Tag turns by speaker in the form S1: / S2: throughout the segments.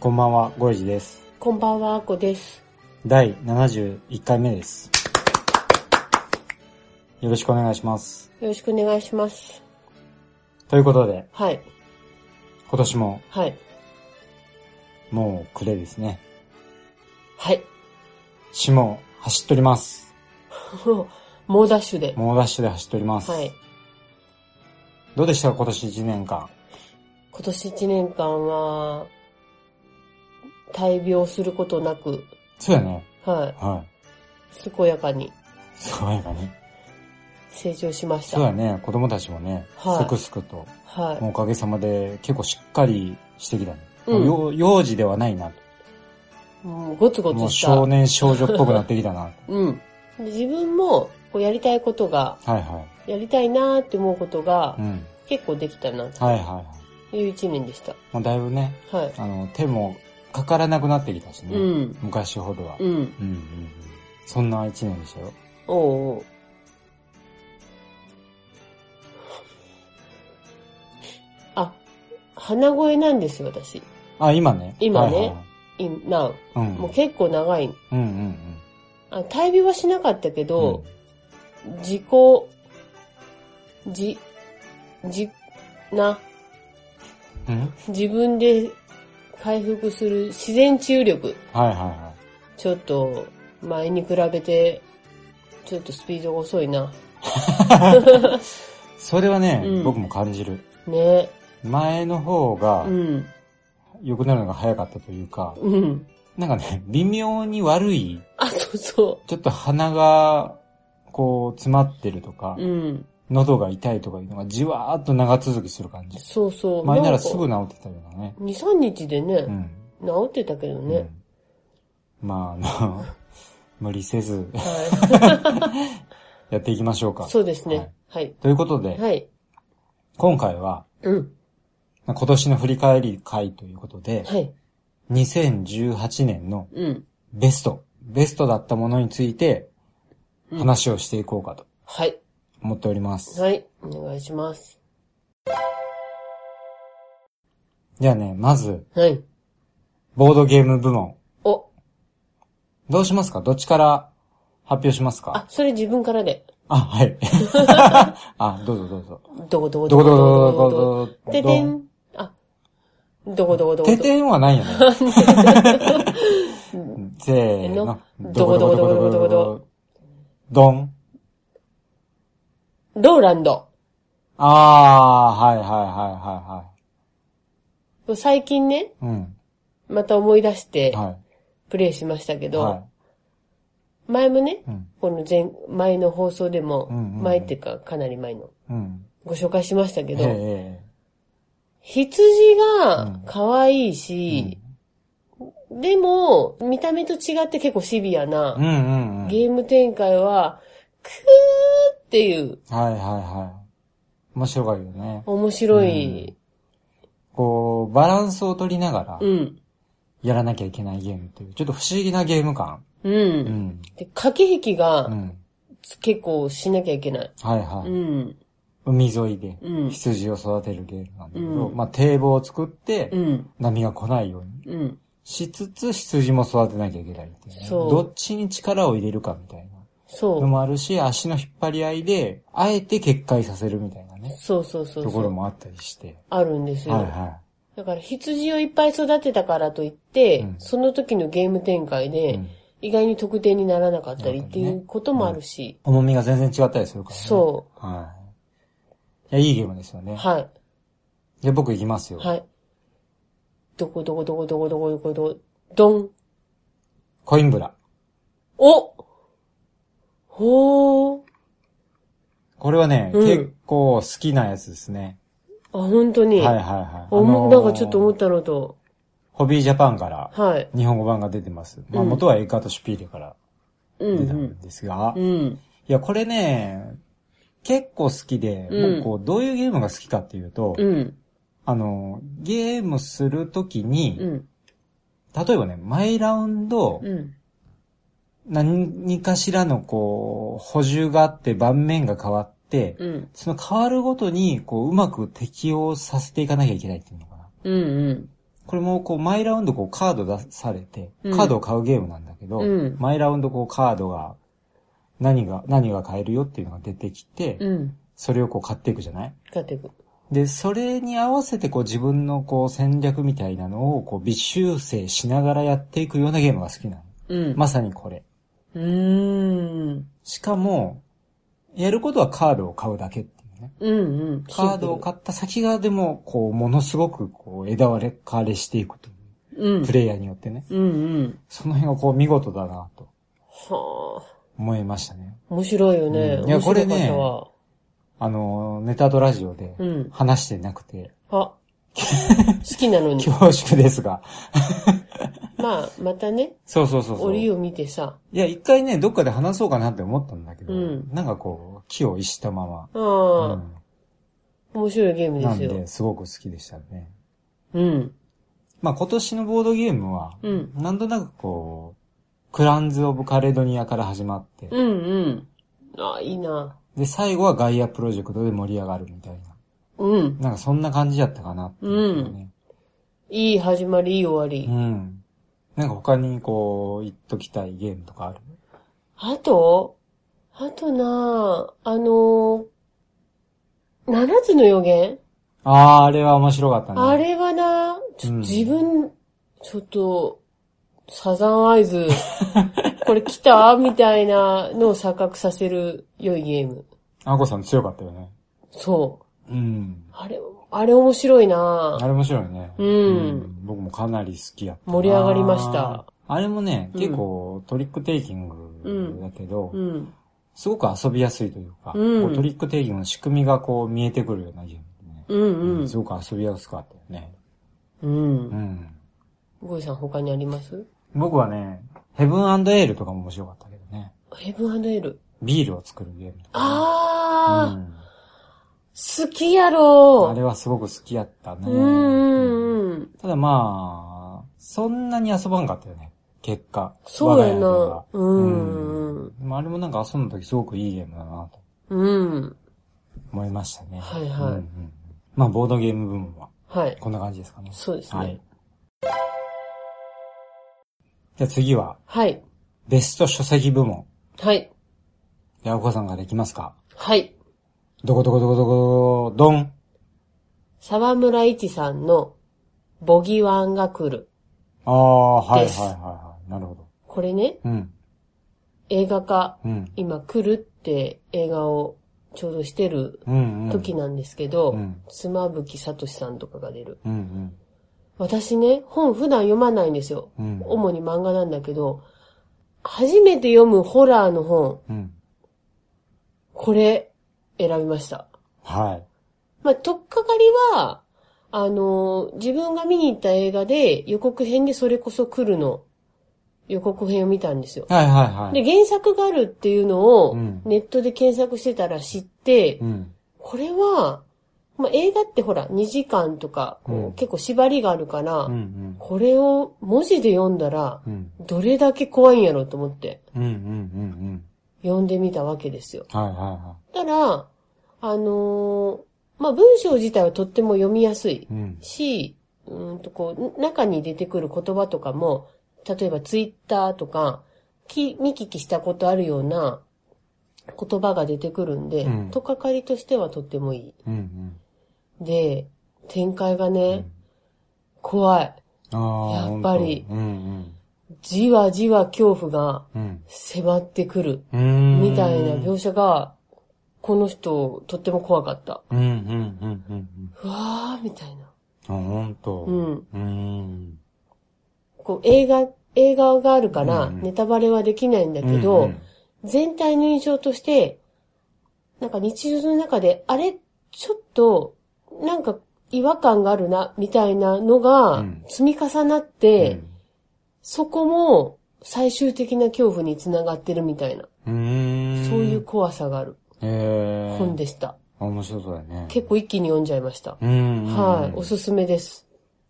S1: こんばんは、ゴイジです。
S2: こんばんは、あこです。
S1: 第71回目です。よろしくお願いします。
S2: よろしくお願いします。
S1: ということで、
S2: はい、
S1: 今年も
S2: はい、
S1: もう暮れですね。
S2: はい。
S1: 島を走っております。
S2: 猛ダッシュで。
S1: 猛ダッシュで走っております。
S2: はい。
S1: どうでしたか今年1年間。
S2: 今年1年間は、大病することなく、
S1: そうやね。
S2: は、
S1: はい
S2: 健やかに
S1: い。そうやかね。
S2: 成長しまし
S1: そうや
S2: た。
S1: ね。子供たちもね、
S2: はい
S1: すくすくと、
S2: は
S1: もうおかげさまで結構しっかりしてきたね。
S2: うん
S1: もうよ幼児ではないなと。
S2: い。もうゴツゴ
S1: も
S2: ツ
S1: う
S2: した。
S1: 少
S2: う
S1: 年少女っぽくなってきたな。
S2: ん。で自分も、こうやりたいことが、
S1: はいは
S2: やりたいなーって思うことが
S1: い。う、ん。
S2: 結構できたな、と
S1: はいはいはい。
S2: いう1年でした。
S1: もうだいぶね、
S2: はい。
S1: あの、手もかからなくなってきたしね。
S2: うん。
S1: 昔ほどは。
S2: うん。
S1: うんうんうん。そんな一年でしたよ。
S2: おうおう。あ、鼻声なんですよ、私。
S1: あ、今ね。
S2: 今ね
S1: はいはい
S2: いな
S1: うん。
S2: ん。もう結構長い。
S1: うんうんうん。
S2: あ、大病はしなかったけど、自己、じ、じ、な、
S1: うん。うん
S2: 自分で回復する自然治癒力。
S1: はいはいは
S2: ちょっと、前に比べて、ちょっとスピードが遅いな。
S1: い。それはね、
S2: うん
S1: 僕も感じる。
S2: ね。
S1: 前の方が
S2: うん。
S1: 良くなるのが早かったというか、
S2: うん。
S1: なんかね、微妙に悪い、
S2: あ、そうそ
S1: ちょっと鼻が、こう、詰まってるとか、
S2: う。うん。
S1: 喉が痛いとかいうのがじわーっと長続きする感じ。
S2: そうそう。
S1: 前ならす
S2: んか
S1: ぐ治ってたようなね。
S2: 2、3日でね、
S1: うん。
S2: 治ってたけどね。
S1: うん。まあ、あの、 無理せず
S2: は
S1: やっていきましょうか。
S2: い。そうですね。はい。
S1: ということで、
S2: はい。
S1: 今回は
S2: うん。
S1: まあ今年の振り返り会ということで、
S2: はい。
S1: 2018年の
S2: うん。
S1: ベスト、ベストだったものについて
S2: うん
S1: 話をしていこうかと
S2: はい。
S1: 思っております。
S2: はい。お願いします。
S1: じゃあね、まず、
S2: はい。
S1: ボードゲーム部門。
S2: お、
S1: どうしますかどっちから発表します
S2: あ
S1: か、
S2: それ自分からで。
S1: あはい。 あ、どうぞどうぞ。
S2: どこどこどこ
S1: どこど
S2: ど
S1: こどこ
S2: こどこど
S1: どこ
S2: こ。
S1: ど
S2: て
S1: こ
S2: てん。あ、どこどこどこど
S1: て
S2: こ。
S1: てんはないよ ね。せーの。
S2: どこどこどこどこどこど
S1: どん。
S2: ローランド。
S1: あー、はいはいは
S2: 最近ね、
S1: いはいはい。うん。
S2: また思い出して
S1: は
S2: プレイしましたけ
S1: い。
S2: ど、
S1: は
S2: 前もね、
S1: い。うん。
S2: この前、前の放送でも、
S1: うんうんうん
S2: 前っていうかかなり前の、
S1: うん。
S2: ご紹介しましたけ
S1: え
S2: ど、
S1: え。
S2: 羊
S1: うん
S2: が可愛いし、でも、見た目と違って結構シビア
S1: うん
S2: な、
S1: うんうん。はい
S2: ゲーム展開は、クーっていう
S1: はいはい。面白がるよね。
S2: 面白い、
S1: こう、バランスを取りながら
S2: う、ん、
S1: やらなきゃいけないゲームという、ちょっと不思議なゲーム感。
S2: うん。
S1: うん。
S2: で、駆け引き
S1: う
S2: が
S1: ん。
S2: 結構しなきゃいけない。
S1: はいうはい。
S2: ん、
S1: 海沿いで
S2: うん、
S1: 羊を育てるゲームなんだけど、
S2: うん
S1: まあ堤防を作って
S2: う、ん、
S1: 波が来ないように。
S2: うん。
S1: しつつ羊も育てなきゃいけないっていうね。
S2: そう
S1: どっちに力を入れるかみたいな
S2: そう。
S1: のもあるし、足の引っ張り合いで、あえて決壊させるみたいなね、
S2: そうそうそう
S1: とこ
S2: そ
S1: ろ
S2: う。
S1: もあったりして。
S2: あるんですよ。
S1: はいは
S2: だから羊をいっぱい育てたからといって、
S1: うん
S2: その時のゲーム展開
S1: い。
S2: で、
S1: うん
S2: 意外に得点にならなかったり
S1: な
S2: っ
S1: るほ
S2: て
S1: どね
S2: いうこともあるし、
S1: 重みが全然違ったりするからね。。
S2: そう
S1: はい。いや、いいゲームですよね。
S2: はい、
S1: じゃあ僕いきますよ。
S2: はい。どこどこどこどこどこどこどこ、どん、
S1: コインブラ。
S2: おほー、
S1: これはね、
S2: うん
S1: 結構好きなやつですね。
S2: あ、本当に。
S1: はいは
S2: あ
S1: いはい。
S2: おも
S1: あのー
S2: なんかちょっと思ったのと。
S1: ホビージャパンから
S2: はい。
S1: 日本語版が出てます。まあ
S2: うん
S1: 元はエカートシュピーレから
S2: う
S1: 出た
S2: ん
S1: んですが、
S2: うん。う
S1: い
S2: ん。
S1: や、これね、結構好きで、
S2: うん
S1: 僕こう、どういうゲームが好きかっていうと、
S2: うん。
S1: あの、ゲームするとき
S2: う
S1: に、
S2: ん。
S1: 例えばね、毎ラウンド、
S2: うん。
S1: 何かしらのこう、補充があって盤面が変わって、
S2: うん。
S1: その変わるごとに、こう、うまく適応させていかなきゃいけないっていうのかな。
S2: うん。うん。
S1: これもこう、毎ラウンドこう、カード出されて、
S2: うん
S1: カードを買うゲームなんだけど、
S2: うん
S1: 毎ラウンドこう、カードが、何が、何が買えるよっていうのが出てきて、
S2: うん。
S1: それをこう、買っていくじゃない
S2: 買っていく。
S1: で、それに合わせてこう、自分のこう、戦略みたいなのを、こう、微修正しながらやっていくようなゲームが好きなの。
S2: うん。
S1: まさにこれ。
S2: うーん。
S1: しかも、やることはカードを買うだけっていうね。
S2: うんうん。
S1: カードを買った先がでも、こう、ものすごく、こう、枝割れ、枯れしていくというう。
S2: ん
S1: プ。レイヤーによってね。
S2: うんうん。
S1: その辺がこう、見事だなと
S2: はあ。
S1: 思いましたね。
S2: 面白いよね。
S1: うんいやこれね
S2: 面白か
S1: あの、ネタとラジオで
S2: ったわうん。
S1: 話してなくて、
S2: あ。好きなのに。
S1: 恐縮ですが。
S2: まあ、またね、
S1: そうそうそうそう。
S2: 折
S1: い
S2: を見てさ。
S1: や、一回ね、どっかで話そうかなって思ったんだけど、
S2: うん
S1: なんかこう、気を逸したまま。
S2: あ
S1: う
S2: あ、
S1: ん
S2: 面白いゲームで
S1: なん
S2: すよ
S1: で、。すごく好きでしたね。
S2: うん。
S1: まあ今年のボードゲームは、
S2: うん。
S1: なんとなくこう、クランズ・オブ・カレドニアから始まって、
S2: うんうん。あ、いいな。
S1: で、最後はガイアプロジェクトで盛り上がるみたいな。
S2: うん。
S1: なんかそんな感じだったかなっていうのがね。
S2: いい始まり、いい終わ
S1: う
S2: り。
S1: ん。なんか他にこう、言っときたいゲームとかある
S2: あとあとなあのー、七つの予言
S1: あー、あれは面白かったね。
S2: あれはな、ちょ
S1: うん
S2: 自分、ちょっと、サザンアイ ズ、これ来たみたいなのを錯覚させる良いゲーム。
S1: あこさん強かったよね。
S2: そう。
S1: うん。
S2: あれ、あれ面白いな
S1: あれ面白いね。
S2: うん
S1: 僕もかなり好きやったな。
S2: 盛り上がりました。
S1: あれもね、
S2: うん
S1: 結構トリックテイキングだけど、
S2: うん。
S1: すごく遊びやすいというか、
S2: うん
S1: こうトリックテイキングの仕組みがこう見えてくるようなゲームでね。
S2: うんうん
S1: す。ごく遊びやすかったよね。
S2: う。
S1: うんん。
S2: ゴイさん他にあります
S1: 僕はね、ヘブンエールとかも面白かったけどね。
S2: ヘブンエール。
S1: ビールを作るゲームとかね、
S2: あー、
S1: うん
S2: 好きや
S1: あ
S2: ろ
S1: れはすごく好きやった
S2: う
S1: ね。
S2: んうんうん。
S1: ただまあ、そんなに遊ばんかったよね。結果。
S2: そうや
S1: 我が家では
S2: な。う
S1: うん
S2: ん。
S1: まああれもなんか遊んだ時すごくいいゲームだなと
S2: うん。
S1: 思いましたね。
S2: はいはい
S1: うんうんうんまあボードゲーム部分は
S2: はい。
S1: こんな感じですかね。
S2: そうです
S1: はい
S2: ね。。
S1: じゃあ次は、
S2: はい。
S1: ベスト書籍部門。
S2: はい。
S1: ヤオコさんができますか
S2: はい。
S1: どこどこどこどこどん。
S2: 沢村一さんのボギワンが来る。
S1: ああ、はいはい
S2: です
S1: はいはい。なるほど。
S2: これね、
S1: うん。
S2: 映画化、
S1: うん。
S2: 今来るって映画をちょうどしてる
S1: うん、うん。
S2: 時なんですけど、
S1: うん
S2: 妻夫木聡さんとかが出る。
S1: うん
S2: 私ね、本普段読まないんですよ。
S1: うん。うん。
S2: 主に漫画なんだけど、初めて読むホラーの本、
S1: うん。
S2: これ選びました。
S1: はい。
S2: まあ、とっかかりは、あのー自分が見に行った映画で予告編でそれこそ来るの予告編を見たんですよ。
S1: はいはいはい。
S2: で、原作があるっていうのを
S1: うん
S2: ネットで検索してたら知って、
S1: うん。
S2: これは、まあ、映画ってほら、2時間とか、こう
S1: うん
S2: 結構縛りがあるから、
S1: うんうん。
S2: これを文字で読んだら、
S1: うん。
S2: どれだけ怖いんやろと思って、
S1: うんうんうん
S2: 読んでみたわけですよ。
S1: うん。はいはいは
S2: たら、あのーまあ、文章自体はとっても読みやすい
S1: い。うん。
S2: し、うーんとこう、中に出てくる言葉とかも、例えばツイッターとか、き見聞きしたことあるような言葉が出てくるんで、
S1: うん
S2: とっかかりとしてはとってもいい。
S1: うんうん。
S2: で、展開がね、
S1: ん
S2: 怖い。
S1: ああ、
S2: やっぱり
S1: ほんとうん
S2: じわじわ恐怖が
S1: うん。
S2: 迫ってくる。
S1: うん。
S2: みたいな
S1: 病
S2: 描写が、この人、とっても怖かった。
S1: うんうんうんうんうん。
S2: うわー、みたいな。
S1: あ、ほんと。
S2: うん。
S1: うん。
S2: こう、映画、映画があるから、
S1: うん
S2: ネタバレはできないんだけど、全体の印象として、なんか日常の中で、あれ、ちょっと、なんか違和感があるな、みたいなのが
S1: うん
S2: 積み重なって、そこも最終的な恐怖につながってるみたいな、
S1: うん。うーん
S2: そういう、怖さがある
S1: えー、
S2: 本でした。
S1: 面白そうだね。
S2: 結構一気に読んじゃいました。
S1: うんうん。
S2: はい、おすすめです。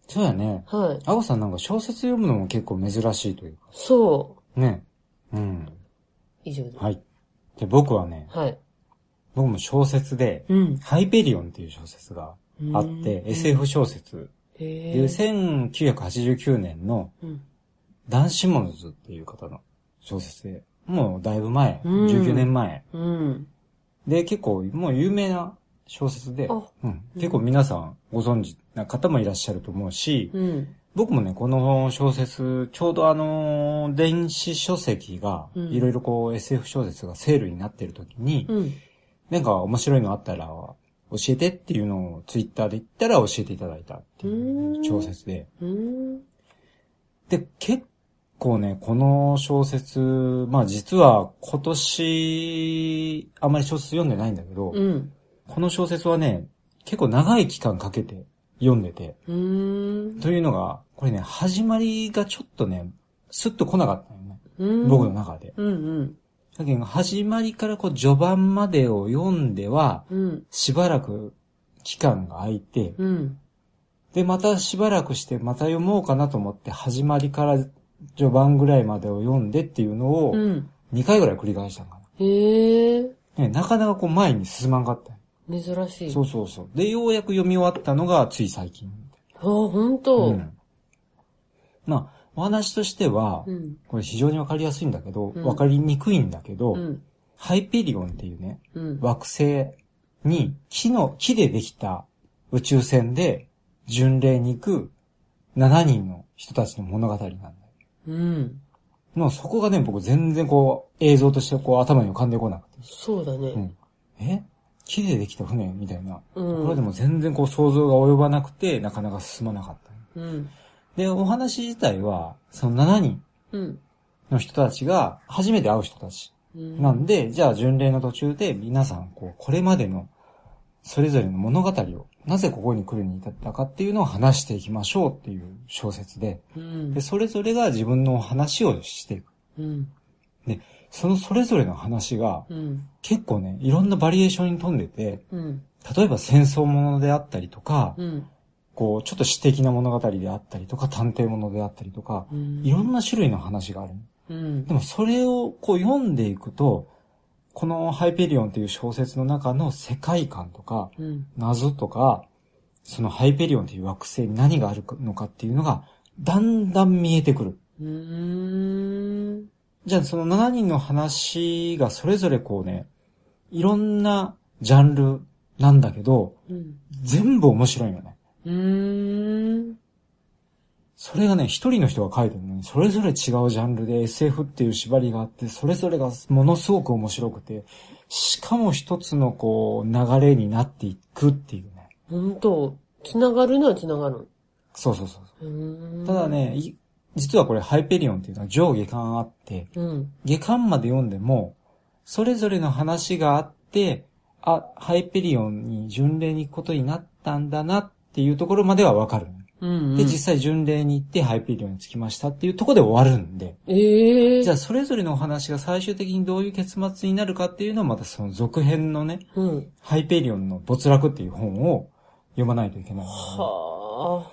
S1: そうだね。
S2: はい。
S1: 青さんなんか小説読むのも結構珍しいというか。
S2: そう、
S1: ね。うん。
S2: 以上です。
S1: はい。で、僕はね、
S2: はい。
S1: 僕も小説で、
S2: うん。
S1: ハイペリオンっていう小説があって、SF 小説。
S2: へ
S1: で、
S2: え。
S1: 1989年の
S2: うん
S1: ダン・シモンズっていう方の小説で、もうだいぶ前、
S2: うん
S1: 19年前。
S2: うん。
S1: で、結構もう有名な小説で、
S2: あ
S1: うん、結構皆さんご存知な方もいらっしゃると思うし、
S2: うん。
S1: 僕もね、この小説、ちょうどあのー電子書籍が、
S2: うん
S1: いろいろこう SF 小説がセールになってる時に、
S2: うん。
S1: なんか面白いのあったら教えてっていうのをツイッターで言ったら教えていただいたっていう小説で。
S2: うん。
S1: で、結構ね、この小説、まあ実は今年、あまり小説読んでないんだけど、
S2: うん。
S1: この小説はね、結構長い期間かけて読んでて、
S2: うん。
S1: というのが、これね、始まりがちょっとね、スッと来なかったよね。
S2: うん。
S1: 僕の中で。
S2: うん
S1: だけど、始まりからこう序盤までを読んでは、
S2: うん。うん。
S1: しばらく期間が空いて、
S2: うん。
S1: で、またしばらくして、また読もうかなと思って、始まりから序盤ぐらいまでを読んでっていうのを
S2: う、ん。
S1: 2回ぐらい繰り返したのか
S2: へえ。
S1: な。ね、なかなかこう前に進まんかったよ。
S2: 珍しい。
S1: そうそうそう。で、ようやく読み終わったのがつい最近。
S2: あ、ほんと。
S1: ん。まあ、お話としては、
S2: うん。
S1: これ非常にわかりやすいんだけど、
S2: うん
S1: わかりにくいんだけど、
S2: うん。
S1: ハイペリオンっていうね、
S2: うん。
S1: 惑星に木の、木でできた宇宙船で巡礼に行く7人の人たちの物語なんだよ。
S2: うん。
S1: もうそこがね、僕全然こう映像としてこう頭に浮かんでこなくて。
S2: そうだね。
S1: え木でできた船みたいな。
S2: うん
S1: これでも全然こう想像が及ばなくて、なかなか進まなかった。
S2: うん。
S1: で、お話自体は、その7人
S2: うん。
S1: の人たちが初めて会う人たち
S2: うん。
S1: なんで、じゃあ巡礼の途中で皆さん、こう、これまでの、それぞれの物語を、なぜここに来るに至ったかっていうのを話していきましょうっていう小説で、
S2: うん
S1: で、。それぞれが自分の話をしていく。
S2: うん。
S1: そのそれぞれの話が、
S2: うん。
S1: 結構ね、いろんなバリエーションに富んでて、
S2: うん。
S1: 例えば戦争ものであったりとか、
S2: うん。
S1: こう、ちょっと詩的な物語であったりとか、探偵ものであったりとか、
S2: うん。
S1: いろんな種類の話がある。
S2: うん
S1: で。もそれをこう読んでいくと、このハイペリオンっていう小説の中の世界観とか、
S2: うん。
S1: 謎とか、そのハイペリオンっていう惑星に何があるのかっていうのが、だんだん見えてくる。
S2: うん。
S1: じゃあその7人の話がそれぞれこうね、いろんなジャンルなんだけど、
S2: うん。
S1: 全部面白いよね。
S2: うん。
S1: それがね、一人の人が書いてるのに、それぞれ違うジャンルで SF っていう縛りがあって、それぞれがものすごく面白くて、しかも一つのこう、流れになっていくっていうね。
S2: 本当つながるのはつながる。
S1: そうそうそうう。
S2: ん
S1: ただ、ね、い実はこれハイペリオンっていうのは上下巻あって、
S2: うん。
S1: 下巻まで読んでも、それぞれの話があって、あ、ハイペリオンに巡礼に行くことになったんだなっていうところまではわかる。
S2: うん、うん。
S1: で、実際巡礼に行ってハイペリオンに着きましたっていうところで終わるんで。
S2: ええ
S1: じゃあ、それぞれのお話が最終的にどういう結末になるかっていうのはまたその続編のね、
S2: うん。
S1: ハイペリオンの没落っていう本を読まないといけない。
S2: は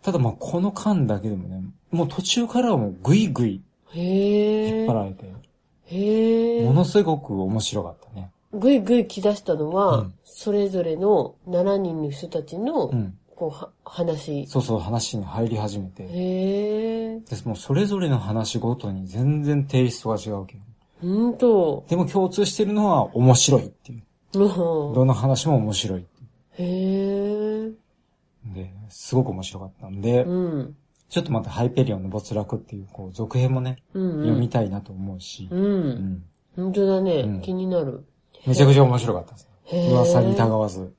S1: ただまあ、この間だけでもね、もう途中からはもうぐいぐい
S2: あ。へ
S1: 引
S2: え
S1: っ張。られて、
S2: へ
S1: も
S2: え。
S1: のすごく面白かったね。
S2: ぐいぐい来だしたのは、
S1: うん
S2: それぞれの7人の人たちの、
S1: うん。
S2: こう、は、話。
S1: そうそう話に入り始めて。
S2: へえ。
S1: でもうそれぞれの話ごとに全然テイストが違うけど。
S2: ほんと。
S1: でも共通してるのは面白いっていう。
S2: うん
S1: どの話も面白いってい
S2: へえ。
S1: う。で、すごく面白かったんで、
S2: うん。
S1: ちょっとまたハイペリオンの没落っていう、こう、続編もね、
S2: うん、うん。
S1: 読みたいなと思うし、
S2: う。
S1: うんん
S2: ほんとだね。
S1: うん
S2: 気になる。
S1: めちゃくちゃ面白かったです。
S2: へえ。
S1: 噂に疑わず。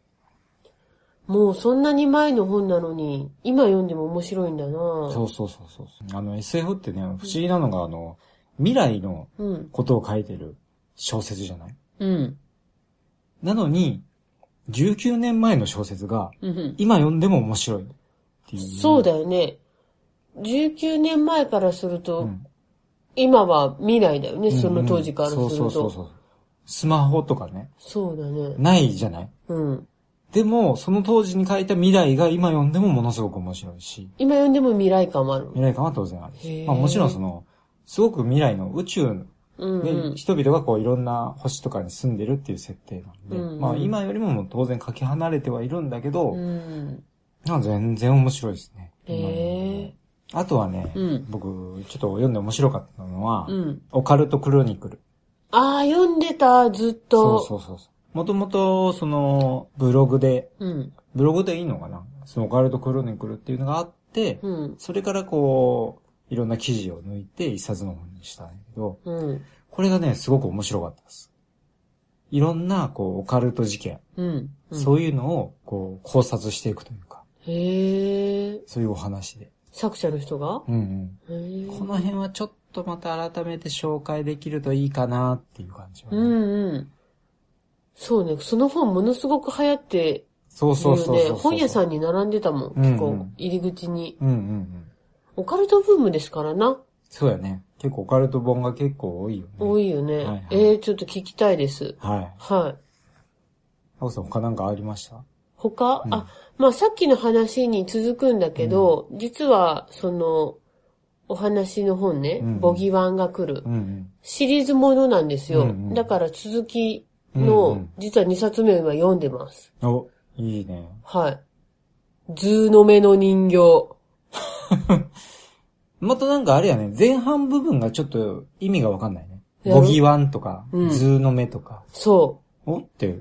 S2: もうそんなに前の本なのに、今読んでも面白いんだな
S1: そうそうそうそう。あの、SF ってね、不思議なのが、あの、未来の
S2: うん。
S1: ことを書いてる小説じゃない
S2: うん。
S1: なのに、 19年前の小説が、
S2: うんうん
S1: 今読んでも面白いっていう。
S2: そうだよね。19年前からすると、
S1: うん
S2: 今は未来だよね、
S1: うん
S2: その当時からすると。
S1: そうそうそうそう。スマホとかね、
S2: そうだね。
S1: ないじゃない
S2: うん。
S1: でも、その当時に書いた未来が今読んでもものすごく面白いし、
S2: 今読んでも未来感もある。
S1: 未来感は当然あ
S2: へー
S1: る。まあもちろんその、すごく未来の宇宙
S2: うん、う
S1: で、
S2: ん。
S1: 人々がこういろんな星とかに住んでるっていう設定なん
S2: う
S1: で、
S2: んうん
S1: まあ今よりももう当然かけ離れてはいるんだけど、
S2: うん。
S1: まあ全然面白いですね。
S2: へえ。
S1: あとはね、
S2: うん
S1: 僕、ちょっと読んで面白かったのは、
S2: うん。
S1: オカルトクロニクル。
S2: ああ、読んでた、ずっ
S1: そ
S2: と。
S1: うそうそうそう。もともと、その、ブログで、
S2: うん。
S1: ブログでいいのかなそのオカルトクロニクルっていうのがあって、
S2: うん。
S1: それからこう、いろんな記事を抜いて一冊の本にしたんだけど、
S2: うん。
S1: これがね、すごく面白かったです。いろんな、こう、オカルト事件、
S2: うん。
S1: そういうのを、こう、考察していくというか、
S2: へえ。
S1: そういうお話で。
S2: 作者の人が
S1: うんうん。
S2: へえ。
S1: この辺はちょっとまた改めて紹介できるといいかなっていう感じはね、
S2: うんうん。そうね、その本ものすごく流行って
S1: そう
S2: るよ
S1: そう
S2: ね。
S1: そうそうそう。
S2: 本屋さんに並んでたもん、
S1: うんうん
S2: 結構、入り口に。
S1: うんうんうん。
S2: オカルトブームですからな。
S1: そうやね。結構オカルト本が結構多いよね。
S2: 多いよね。
S1: はいはい
S2: えー、ちょっと聞きたいです。
S1: はい。
S2: はい。
S1: あこさん他なんかありました
S2: 他、
S1: うん
S2: あ、まあさっきの話に続くんだけど、実は、その、お話の本ね、
S1: うん
S2: ボギワンが来る
S1: う。んうん。
S2: シリーズものなんですよ。
S1: うんうん
S2: だから続き
S1: うんう
S2: の
S1: ん、
S2: 実は2冊目を今読んでます。
S1: お、いいね。
S2: はい。ズーの目の人形。
S1: またなんかあれやね、前半部分がちょっと意味がわかんないね。
S2: やろ
S1: ボギワンとか、
S2: うん
S1: ズーの目とか、
S2: そ
S1: おって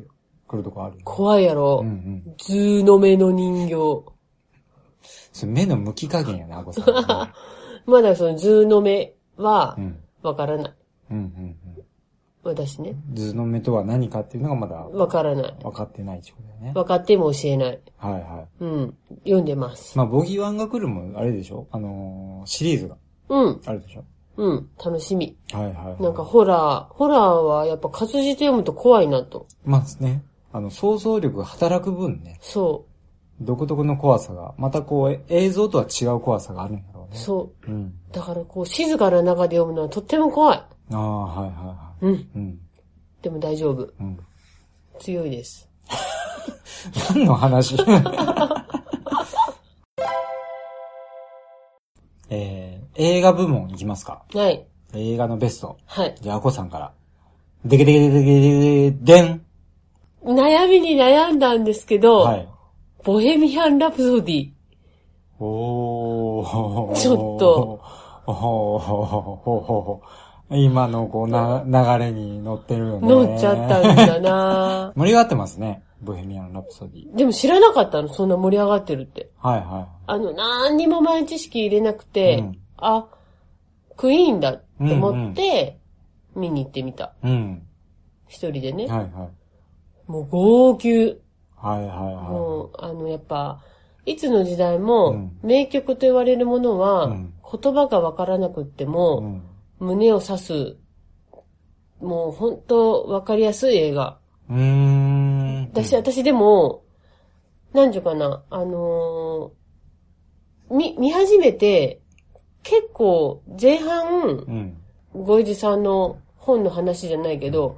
S1: 来るとこあるよね
S2: う。怖いやろ
S1: うんう。ん。
S2: ズーの目の人形。
S1: それ目の向き加減や な、あこさんね。
S2: まだそのズーの目は
S1: う、ん。
S2: わからない。
S1: うんうんうん。
S2: 私ね。
S1: 図の目とは何かっていうのがまだ
S2: わからない。
S1: 分かってないってことだよね。
S2: わかっても教えない。
S1: はいはい。
S2: うん。読んでます。
S1: まあ、ボギーワンが来るもあれでしょあのーシリーズが
S2: うん。
S1: あるでしょ
S2: うん。楽しみ。
S1: はいはいはい。
S2: なんか、ホラー、ホラーはやっぱ活字で読むと怖いなと。
S1: まあね、あの、想像力が働く分ね、
S2: そ
S1: 独特の怖さが、またこう、え映像とは違う怖さがあるんだろう
S2: う。
S1: ね。
S2: そう。
S1: うん。
S2: だからこう、静かな中で読むのはとっても怖い。
S1: ああ、はいはいは
S2: うん。
S1: い。うん。
S2: でも大丈夫。
S1: うん。
S2: 強いです。
S1: 何 の話えー、映画部門いきますか。
S2: はい。
S1: 映画のベスト。
S2: はい。
S1: じゃあ、アコさんから。でけでけでけでけでん。
S2: 悩みに悩んだんですけど、
S1: はい。
S2: ボヘミアン・ラプソディ。
S1: おー。
S2: ちょっと。
S1: おほー。今のこうな、流れに乗ってるよね。
S2: 乗っちゃったん。だな
S1: 盛り上がってますね。ボヘミアン・ラプソディ。
S2: でも知らなかったの、そんな盛り上がってるって。
S1: はいは
S2: あの、何にも前知識入れなくて、
S1: うん
S2: あ、クイーンだって思って、見に行ってみた。
S1: い。うん。
S2: 一人でね。
S1: はいはい。
S2: もう号泣。
S1: はいはいは
S2: もう、あの、やっぱ、いつの時代
S1: う
S2: も
S1: ん、
S2: 名曲と言われるものは、
S1: うん
S2: 言葉がわからなくって
S1: い。う
S2: も、
S1: ん。
S2: 胸を刺す、もう本当わかりやすい映画。
S1: うーん。
S2: 私、私でも、何んじゅかな、あのーみ、見始めて、結構、前半
S1: う、ん。
S2: ごいじさんの本の話じゃないけど、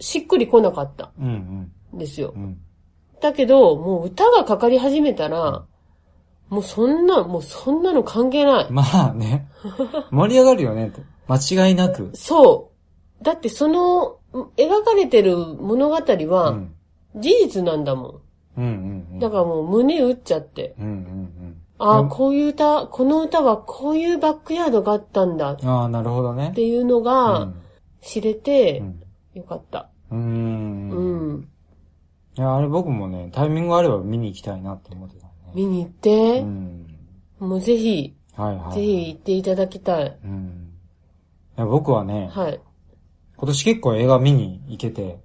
S2: しっくり来なかった
S1: うんうん。
S2: んですよ
S1: う。ん。
S2: だけど、もう歌がかかり始めたら、もうそんな、もうそんなの関係ない。
S1: まあ ね。盛り上がるよね。間違いなく。
S2: そう。だってその、描かれてる物語は、事実なんだも。
S1: うんうんうんん。
S2: だからもう胸打っちゃって。
S1: うんうん
S2: あ
S1: う
S2: あ、
S1: ん
S2: こういう歌、この歌はこういうバックヤードがあったんだっ
S1: うん。ああ、なるほどね。
S2: ていうの
S1: う
S2: が
S1: ん
S2: 知れて
S1: うん
S2: よかった。
S1: うーん。
S2: うん。
S1: いや、あれ僕もね、タイミングあれば見に行きたいなって思ってたね。
S2: 見に行っ
S1: う
S2: て、
S1: ん。
S2: もうぜひ、
S1: はいはい。
S2: ぜひ行っていただきたい。
S1: うん。いや、僕はね、
S2: はい。
S1: 今年結構映画見に行けて、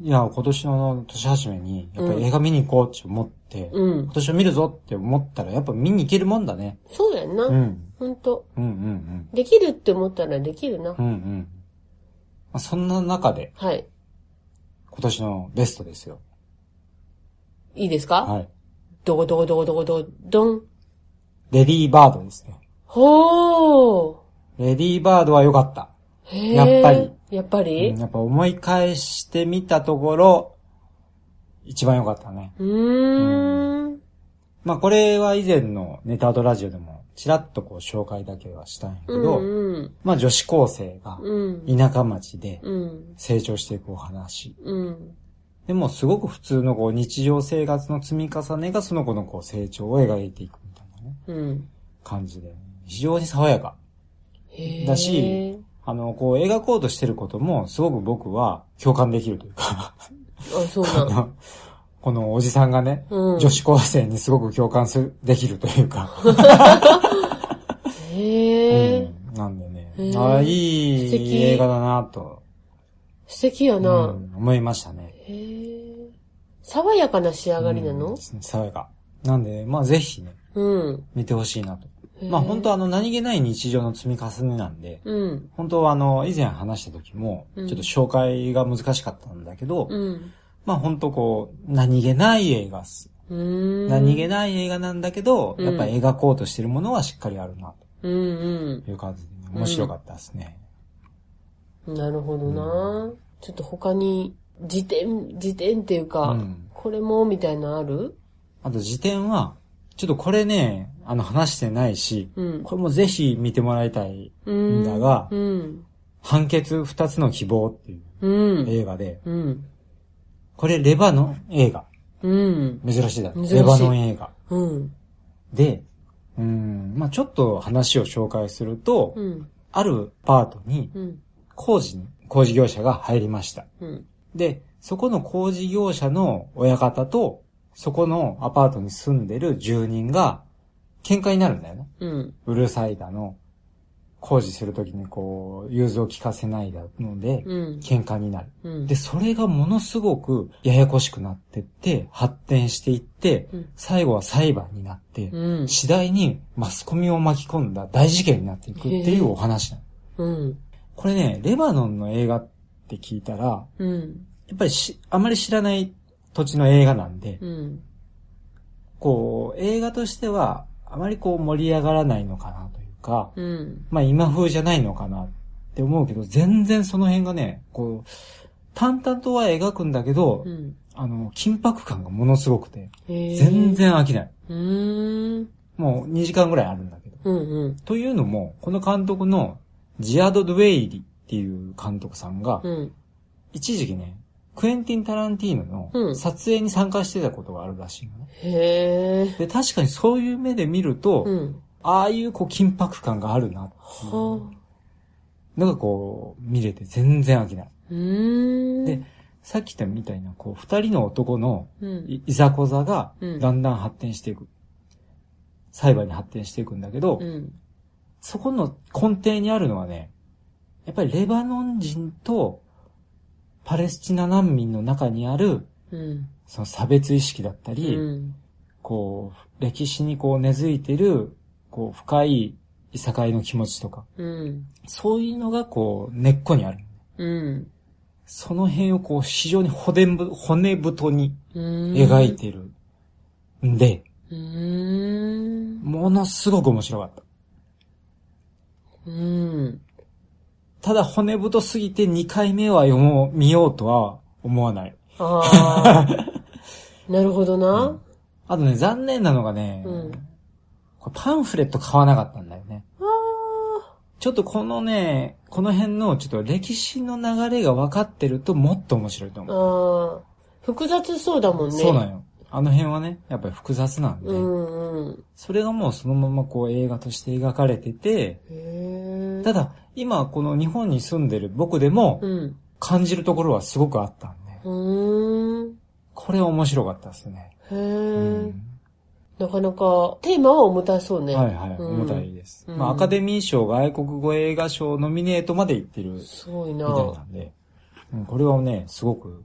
S1: いや、今年の年始めに、やっぱり映画見に行こうって思って、
S2: うん
S1: 今。年は見るぞって思ったら、やっぱ見に行けるもんだね。
S2: そうやん
S1: うん。
S2: な。
S1: うん
S2: ほんと。
S1: うんうん。
S2: できるって思ったらできるな
S1: う。んうん。まあそんな中で、
S2: はい。
S1: 今年のベストですよ。
S2: いいですか
S1: はい。
S2: どこどこどこどこどこどん。
S1: レディーバードですね。
S2: ほー。
S1: レディーバードは良かった。
S2: へー
S1: やっぱり。
S2: やっぱり
S1: うんやっぱ思い返してみたところ、一番良かったね。
S2: うーん。
S1: まあこれは以前のネタアドラジオでもちらっとこう紹介だけはしたんやけ
S2: う
S1: ど、
S2: ん。
S1: まあ女子高生が
S2: うん。
S1: 田舎町で
S2: うん。
S1: 成長していくお話。
S2: うん。
S1: でもすごく普通のこう日常生活の積み重ねがその子のこう成長を描いていくみたいなね、
S2: うん。
S1: 感じで、非常に爽やか。
S2: へー
S1: だし、あの、こう描こうとしてることもすごく僕は共感できるというか、
S2: あ、そう なん。
S1: このおじさんがね、
S2: うん
S1: 女子高生にすごく共感する、できるというか。
S2: へー
S1: うんなんでね
S2: へ、ー
S1: ああ、い
S2: 素敵
S1: い映画だなと、
S2: 素敵や
S1: う
S2: な。
S1: ん、思いましたね。
S2: へー爽やかな仕上がりな
S1: うん
S2: の
S1: ですね爽やか。なんで、まあぜひね、
S2: うん。
S1: 見てほしいなと。
S2: へー
S1: まあ本当あの何気ない日常の積み重ねなんで、
S2: うん。
S1: 本当はあの、以前話した時も、ち
S2: う
S1: ょ
S2: ん
S1: っと紹介が難しかったんだけど、
S2: うん。
S1: まあ本当こう、何気ない映画っす。
S2: うーん。
S1: 何気ない映画なんだけど、
S2: うん
S1: やっぱ描こうとしてるものはしっかりあるな、
S2: うん
S1: という感じで、面白かったですね。
S2: うん。なるほどな。ちょっと他に、辞典、辞典っていうか、
S1: うん
S2: これも、みたいなのある
S1: あと辞典は、ちょっとこれね、あの話してないし、
S2: うん。
S1: これもぜひ見てもらいたい、
S2: うん。
S1: だが
S2: うん。
S1: 判決二つの希望っていう
S2: うん。
S1: 映画で、
S2: うん。
S1: これレバノン映画。
S2: うん。
S1: 珍しいだろ。
S2: 珍しい
S1: レバノン映画。
S2: うん。
S1: で、うん、まあちょっと話を紹介すると、
S2: うん。
S1: あるパートに
S2: うん。
S1: 工事に、工事業者が入りました。
S2: うん。
S1: で、そこの工事業者の親方と、そこのアパートに住んでる住人が、喧嘩になるんだよね。
S2: うん。
S1: うるさいだの、工事するときにこう、融通を聞かせないだので、
S2: うん。
S1: 喧嘩になる。
S2: うん
S1: で、それがものすごくややこしくなってって、発展していって
S2: うん、
S1: 最後は裁判になって、
S2: うん。
S1: 次第にマスコミを巻き込んだ大事件になっていくっていうお話なの。
S2: うん。
S1: これね、レバノンの映画って聞いたら、
S2: うん。
S1: やっぱりし、あまり知らない土地の映画なんで、
S2: うん。
S1: こう、映画としては、あまりこう盛り上がらないのかなというか、
S2: うん。
S1: まあ今風じゃないのかなって思うけど、全然その辺がね、こう、淡々とは描くんだけど、
S2: うん。
S1: あの、緊迫感がものすごくて、
S2: へー
S1: 全。然飽きない。
S2: うーん。
S1: もう2時間ぐらいあるんだけど。
S2: うんうん。
S1: というのも、この監督のジアード・ドゥェイリっていう監督さんが、
S2: うん。
S1: 一時期ね、クエンティン・タランティーノ
S2: う
S1: の
S2: ん
S1: 撮影に参加してたことがあるらしいのね。
S2: へー
S1: で、確かにそういう目で見ると、
S2: うん。
S1: ああいうこう緊迫感があるなっていう
S2: はあ。
S1: のがこう、見れて全然飽きない。
S2: うーん。
S1: で、さっき言ったみたいな、こう、二人の男の
S2: うん。
S1: いいざこざが、
S2: うん
S1: だんだん発展していく。裁判に発展していくんだけど、
S2: うん。
S1: そこの根底にあるのはね、やっぱりレバノン人とパレスチナ難民の中にある、
S2: うん。
S1: その差別意識だった
S2: う
S1: り、
S2: ん。
S1: こう、歴史にこう根付いてる、こう、深いいさかいの気持ちとか、
S2: うん。
S1: そういうのがこう、根っこにある。
S2: うん。
S1: その辺をこう、非常に骨ぶ、骨太に
S2: うん。
S1: 描い。てる。んで、
S2: うーん。
S1: ものすごく面白かった。
S2: うん。
S1: ただ骨太すぎて2回目は読もう、見ようとは思わない。
S2: あ あ。なるほどな。
S1: あとね、残念なのがね、
S2: うん
S1: これパンフレット買わなかったんだよね。
S2: ああ。
S1: ちょっとこのね、この辺のちょっと歴史の流れが分かってるともっと面白いと思う。
S2: ああ。複雑そうだもんね。
S1: そうなんよ。あの辺はね、やっぱり複雑なんで、
S2: うんうん。
S1: それがもうそのままこう映画として描かれてて、
S2: へえ。
S1: ただ、今この日本に住んでる僕でも
S2: うん。
S1: 感じるところはすごくあったんで、
S2: うーん。
S1: これは面白かったですね。
S2: へえ、
S1: うん
S2: なかなか、テーマは重たそうね。
S1: はいはい、
S2: うん
S1: 重たいです。
S2: うん
S1: まあアカデミー賞、外国語映画賞ノミネートまで行ってるみ
S2: すごい
S1: た
S2: な。
S1: いなんで、うんこれはね、すごく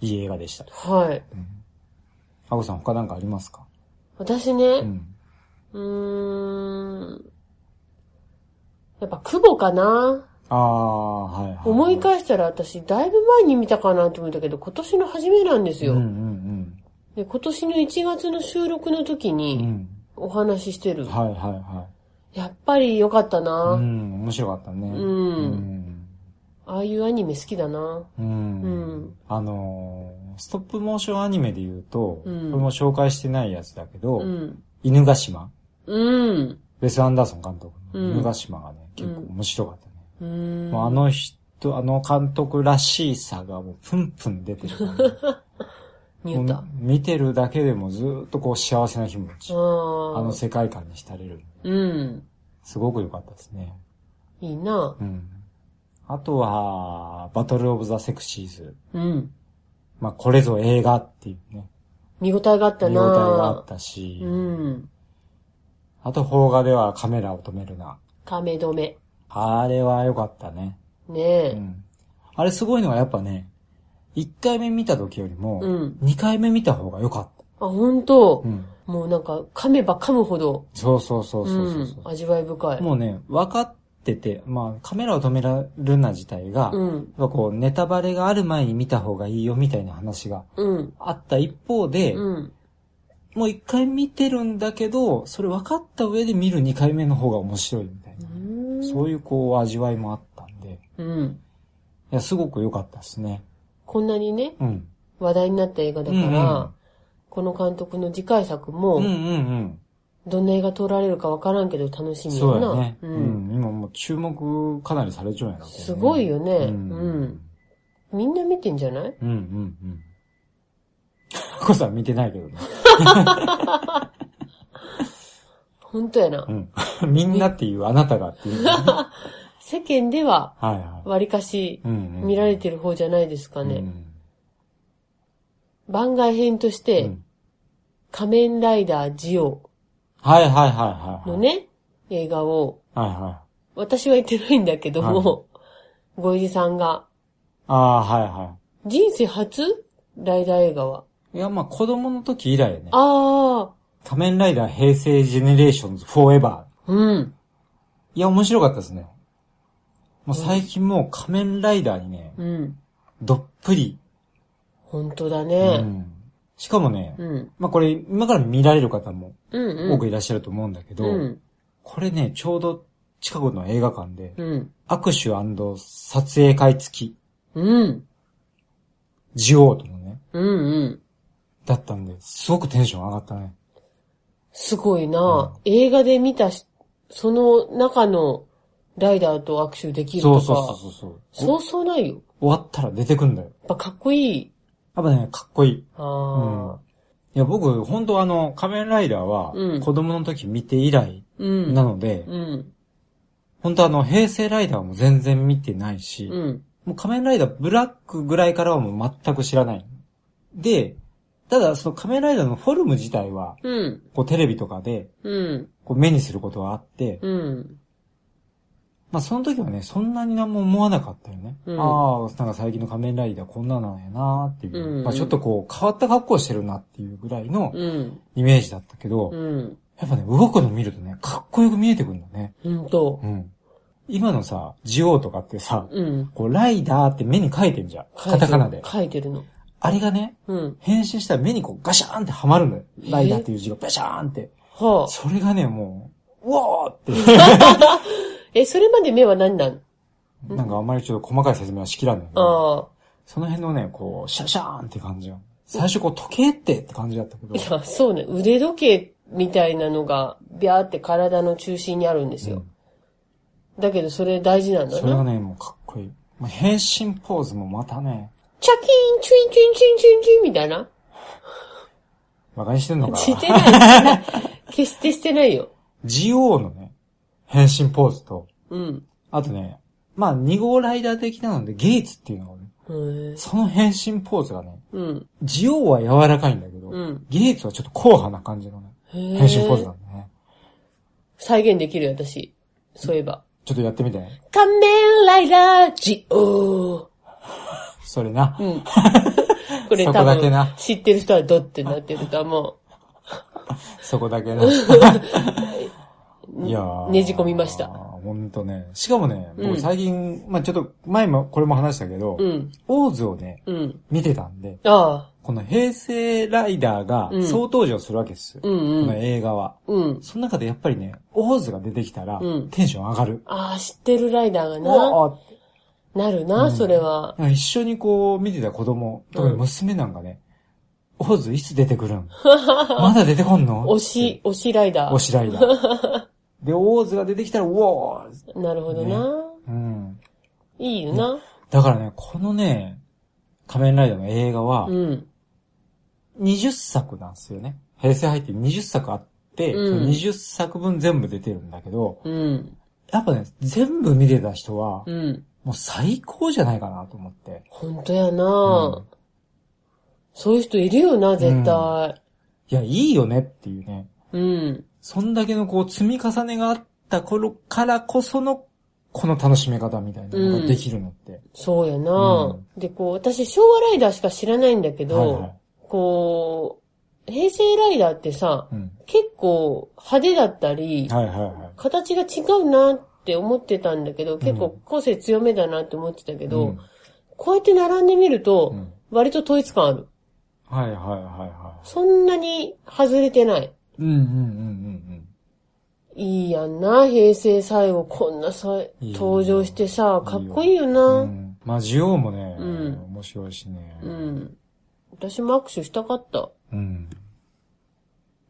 S1: いい映画でした。
S2: はい。
S1: あこさん他なんかありますか
S2: 私ね、
S1: う。
S2: うんーん。やっぱ、久保かな
S1: ああ、はいはい。
S2: 思い返したら私、だいぶ前に見たかなと思ったけど、今年の初めなんです
S1: うんう
S2: よ。
S1: ん
S2: で、今年の1月の収録の時
S1: う
S2: に
S1: ん。
S2: お話ししてる。
S1: はいはいは
S2: やっぱり良かった
S1: い。う
S2: な、
S1: ん、面白かったね。
S2: んああいうアニメ好きだな
S1: うん。う
S2: うん
S1: ん。あのー、ストップモーションアニメで言うと、
S2: うん
S1: これも紹介してないやつだけど、
S2: うん。
S1: 犬ヶ島、
S2: うん。
S1: ベス・アンダーソン監督
S2: うん
S1: の犬ヶ島がね、結構面白かったね。
S2: うん。
S1: もうあの人、あの監督らしいさがもうプンプン出てるからね、
S2: 言った。
S1: もう見てるだけでもずーっとこう幸せな気持ち。
S2: あ
S1: あの
S2: あ。
S1: 世界観に浸れる。
S2: うん。
S1: すごく良かったですね。
S2: いいな
S1: うん。あとは、バトルオブザセクシーズ。
S2: うん。
S1: まあ、これぞ映画っていうね。
S2: 見応えがあった
S1: 見応えがあ
S2: な
S1: ったし。
S2: うん。
S1: あと、邦画ではカメラを止めるな。
S2: 亀止め。
S1: あれは良かったね。
S2: ね
S1: う
S2: え。
S1: ん。あれすごいのはやっぱね、1回目見た時より
S2: う
S1: も、
S2: ん。
S1: 2回目見た方が良かっ
S2: あ、本当
S1: た。う。ん。
S2: もうなんか、噛めば噛むほど、
S1: そうそうそうそうそううんそう。
S2: 味わい深い。
S1: もうね、分かってて、まあ、カメラを止められるな自体が、
S2: うん。
S1: やっぱこう、ネタバレがある前に見た方がいいよみたいな話が
S2: うん。
S1: あった一方で、
S2: うん。
S1: もう一回見てるんだけど、それ分かった上で見る二回目の方が面白いみたいな。そういうこう、味わいもあったんで、い
S2: うん。
S1: や、すごく良かったですね。
S2: こんなにね、
S1: うん。
S2: 話題になった映画だから、
S1: うんうん
S2: この監督の次回作
S1: うんう
S2: も、
S1: ん
S2: どんな映画撮られるかわからんけど楽し
S1: うん。
S2: みや
S1: そう
S2: な。
S1: だね。うんん。今もう注目かなりされちゃうんやろうけどね
S2: すごいよね、う。
S1: うんん。うん
S2: みんな見てんじゃない
S1: うんうん。こさん見てないけどね。
S2: 本当やな。
S1: うん。みん なっていうあなたがっていう、ね。は
S2: 世間ではい
S1: はい。
S2: 割かし
S1: うん、うん。
S2: 見られてる方じゃないですか
S1: た
S2: ね。
S1: うん
S2: 番外編として、
S1: うん
S2: 仮面ライダージオ
S1: はいはいはいはいはい。
S2: の。ね、映画を、
S1: はいはい。
S2: 私は言ってないんだけども、ごいじさんが、
S1: ああ、はいは
S2: 人生初ライダー映画は。
S1: い。いや、まあ子供の時以来ね。
S2: あ
S1: 仮面ライダー平成ジェネレーションズフォーエバ
S2: あ、うん。
S1: ー。いや、面白かったですね。もう最近もう仮面ライダーにね、
S2: うん。
S1: どっぷり。
S2: 本当だ
S1: う
S2: ね。
S1: ん。しかもね
S2: う、ん。
S1: まあこれ今から見られる方も
S2: うん、うん。
S1: 多くいらっしゃると思うんだけ
S2: う
S1: ど、
S2: ん。
S1: これね、ちょうど近くの映画館で、
S2: うん。
S1: 握手撮影会付き、
S2: うん。
S1: ジオートのね、
S2: うん。うん。
S1: だったんで、すごくテンション上がったね。
S2: すごいな、映画で見たし、その中のライダーと握手できると
S1: そ
S2: か。
S1: うそうそうそう。そう
S2: そうそうないよ。
S1: 終わったら出てくんだよ。
S2: やっぱかっこいい。
S1: やっぱね、かっこいい。
S2: ああ。
S1: いや、僕、本当あの、仮面ライダーは
S2: うん、
S1: 子供の時見て以来
S2: うん。
S1: なので、
S2: うん。
S1: 本当あの、平成ライダーも全然見てないし、
S2: うん。
S1: もう仮面ライダーブラックぐらいからはもう全く知らない。で、ただその仮面ライダーのフォルム自体は、
S2: うん。
S1: こうテレビとかで、
S2: うん。
S1: こう目にすることはあって、
S2: うん。
S1: まあその時はね、そんなに何も思わなかったよね。
S2: うん
S1: ああ、なんか最近の仮面ライダーこんななんやなーっていう、
S2: うんうん
S1: まあちょっとこう変わった格好してるなっていうぐらいの
S2: うん。
S1: イメージだったけど、
S2: うん。
S1: やっぱね、動くの見るとね、かっこよく見えてくるんだね。
S2: うんと。
S1: うん。今のさ、ジオウとかってさ、
S2: うん。
S1: こう、ライダーって目に書いてんじゃん。カタカナで。
S2: 書いてるの。
S1: あれがね、
S2: うん。
S1: 変身したら目にこうガシャーンってはまるんだよ。ライダーっていう字がバシャーンって。
S2: はあ。
S1: それがね、もう、うわーって。
S2: え、それまで目は何なの
S1: なんかあんまりちょっと細かい説明はしきらんのよ、
S2: あ
S1: その辺のね、こう、シャシャーンって感じが。最初こう、時計ってって感じだったけど
S2: あ。い。や、そうね。腕時計みたいなのが、ビャーって体の中心にあるんですよ。だけど、それ大事なんだ
S1: それが
S2: な。
S1: ね、もうかっこいい。まあ変身ポーズもまたね、
S2: チャキーン、チュインチュインチュインチュインチュインみたいな。
S1: 馬鹿にしてんのか
S2: し
S1: な
S2: てない、してない。決してしてないよ。
S1: ジオウのね、変身ポーズと、
S2: うん。
S1: あとね、まあ、2号ライダー的なので、ゲイツっていうのがね、
S2: へえ
S1: その変身ポーズがね、
S2: うん。
S1: ジオウは柔らかいんだけど、
S2: うん
S1: ゲイツはちょっと硬派な感じのね、
S2: 変
S1: 変身ポーズなんだね。
S2: 再現できるよ、私。そういえば。
S1: ちょっとやってみてね。
S2: 仮面ライダージオー。
S1: そ れな。
S2: うん。これ
S1: そこ
S2: 多
S1: だけな
S2: 分、知ってる人はドってなってると思
S1: そこ だけな。いやー
S2: ねじ込みました
S1: ほんとね。しかもね、
S2: うん
S1: 僕最近、まあちょっと前もこれも話したけど、
S2: う。うん。
S1: オーズをね、
S2: うん。
S1: 見てたんで、
S2: ああ。
S1: この平成ライダーが
S2: うん
S1: 総登場するわけですよ。
S2: うんう
S1: この
S2: ん。
S1: 映画は。
S2: うん。
S1: その中でやっぱりね、オーズが出てきたら、
S2: うん
S1: テンション上がる。
S2: ああ、知ってるライダーが
S1: う
S2: な、
S1: わ
S2: なるな、
S1: うん
S2: それは。
S1: あ一緒にこう見てた子供、特に娘なんかね、オーズいつ出てくる んまだ出てこんの
S2: 推し、推しライダ
S1: お
S2: ー。
S1: し らいだ。で、オーズが出てきたら、うおー
S2: なるほどな。
S1: うん。
S2: いいよな。
S1: だからね、このね、仮面ライダーの映画は
S2: う、ん。
S1: 20作なんですよね。平成入って20作あって、
S2: うん
S1: 20作分全部出てるんだけど、
S2: うん。
S1: やっぱね、全部見てた人は、
S2: うん。
S1: もう最高じゃないかなと思って。
S2: ほんとやな、
S1: うん
S2: そういう人いるよな、絶対。
S1: いや、いいよねっていうね。
S2: うん。
S1: そんだけのこう、積み重ねがあった頃からこその、この楽しみ方みたいなのができるのって。
S2: そうやな、
S1: うん
S2: で、こう、私、昭和ライダーしか知らないんだけど、
S1: はいはい。
S2: こう、平成ライダーってさ、
S1: うん。
S2: 結構派手だったり、
S1: はいはいはい。
S2: 形が違うなって思ってたんだけど、結構個性強めだなって思ってたけど、
S1: うん
S2: こうやって並んでみると、
S1: うん
S2: 割と統一感ある。
S1: はいはいはいはい。
S2: そんなに外れてない。
S1: うんうんうんうん
S2: いいやんな、平成最後、こんなさ、
S1: いいよ
S2: 登場してさ、かっこいいよ
S1: うん。う
S2: な。
S1: ん、まあ、ジオウもね、
S2: うん
S1: 面白いしね。
S2: うん。私も握手したかった。
S1: うん。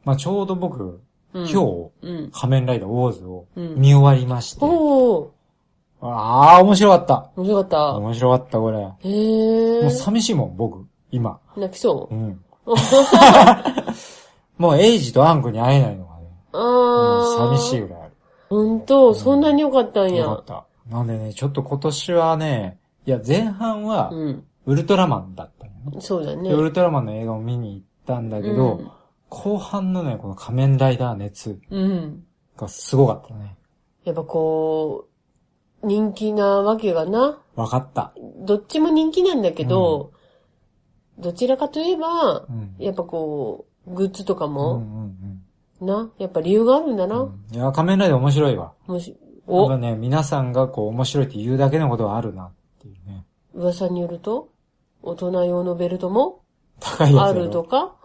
S1: まあ、ちょうど僕、
S2: うん、
S1: 今日、
S2: うん。
S1: 仮面ライダーウォーズを
S2: うん
S1: 見終わりまして。
S2: おー、
S1: ああ、面白かった。
S2: 面白かっ
S1: 面白かった、これ。も
S2: た。へえ
S1: う。寂しいもん、僕、今。
S2: 泣きそうう。
S1: ん。 もう、エイジとアンコに会えないのがね、
S2: あ
S1: も
S2: あ。
S1: う寂しい。ぐらいある。
S2: ほんと、そんなに良かったん
S1: よかっ
S2: や。
S1: た。なんでね、ちょっと今年はね、いや、前半は、
S2: うん。
S1: ウルトラマンだったのね。
S2: そうだね。
S1: でウルトラマンの映画を見に行ったんだけど、
S2: うん
S1: 後半のね、この仮面ライダー熱
S2: うん。
S1: がすごかったね。
S2: やっぱこう、人気なわけがな。
S1: わかった。
S2: どっちも人気なんだけど、どちらかといえば
S1: う、ん。
S2: やっぱこう、グッズとか
S1: うんう
S2: も、
S1: ん
S2: な、やっぱ理由があるんだ
S1: う
S2: な。
S1: ん。いや、仮面ライダー面白いわ。
S2: もし、
S1: やっぱ
S2: お、
S1: ね、皆さんがこう面白いって言うだけのことはあるなっていうね。
S2: 噂によると、大人用のベルトも、
S1: 高いやつ
S2: あ
S1: やろ
S2: るとか、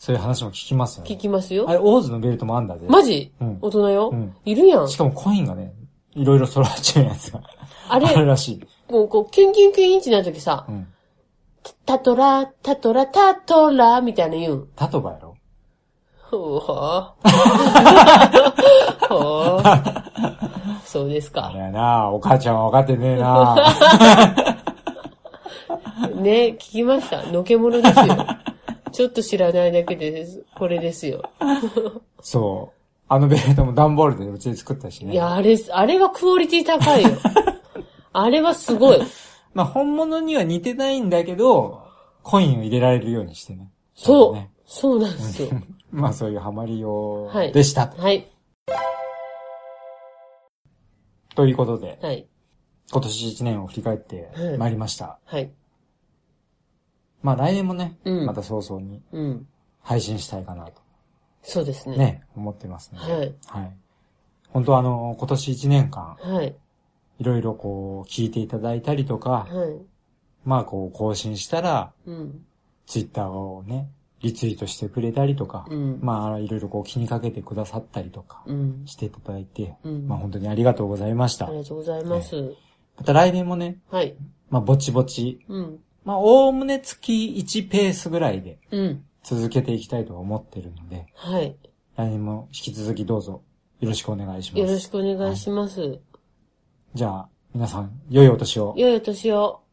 S1: そういう話も聞きますよ
S2: 聞
S1: ね。
S2: きます
S1: あ
S2: よ。
S1: れ、オーズのベルトもあんだぜ。
S2: マジ
S1: うん。
S2: 大人用
S1: うん
S2: いるやん
S1: し。かもコインがね、いろいろ揃っちゃうやつが
S2: あ
S1: ある
S2: れ、
S1: らしい。
S2: もうこう、キュンキュンキュンインチな時さ
S1: う、ん。
S2: タトラ、タトラ、タトラ、みたいな言うん。
S1: タトバやろ
S2: ほうほう。 ほう。そうです
S1: あ
S2: か
S1: れ。やなお母ちゃんは分かってねえな
S2: ね、聞きました。のけものですよ。ちょっと知らないだけで、これですよ。
S1: そう。あのベルトも段ボールでうちで作ったしね。
S2: いや、あれ、あれはクオリティ高いよ。あれはすごい。
S1: まあ、本物には似てないんだけど、コインを入れられるようにしてね。
S2: そう。
S1: ね
S2: そうなんですよ。
S1: まあ、そういうハマりよ
S2: はいう
S1: でした。
S2: はい。
S1: ということで、
S2: はい。
S1: 今年1年を振り返ってまいりました。
S2: はい。
S1: まあ、来年もね、
S2: うん
S1: また早々に
S2: うん。
S1: 配信したいかなと、
S2: そうですね。
S1: ね、思ってますね。
S2: はい。
S1: はい。本当あの、今年1年間、
S2: はい。
S1: いろいろこう、聞いていただいたりと
S2: は
S1: か、
S2: い。
S1: まあ、こう、更新したら、
S2: うん。
S1: ツイッターをね、リツイートしてくれたりとか、
S2: うん
S1: まあ、いろいろこう気にかけてくださったりとか
S2: うん。
S1: していただいて、
S2: うん
S1: まあ本当にありがとうございました。
S2: ありがとうございます。
S1: また来年もね、
S2: はい。
S1: まあぼちぼち、
S2: うん。
S1: まあおおむね月1ペースぐらいで
S2: うん。
S1: 続けていきたいとは思ってるので、
S2: はい。
S1: 来年も引き続きどうぞよろしくお願いします。
S2: よろしくお願いします。
S1: じゃあ、皆さん、良いお年を。
S2: 良いお年を。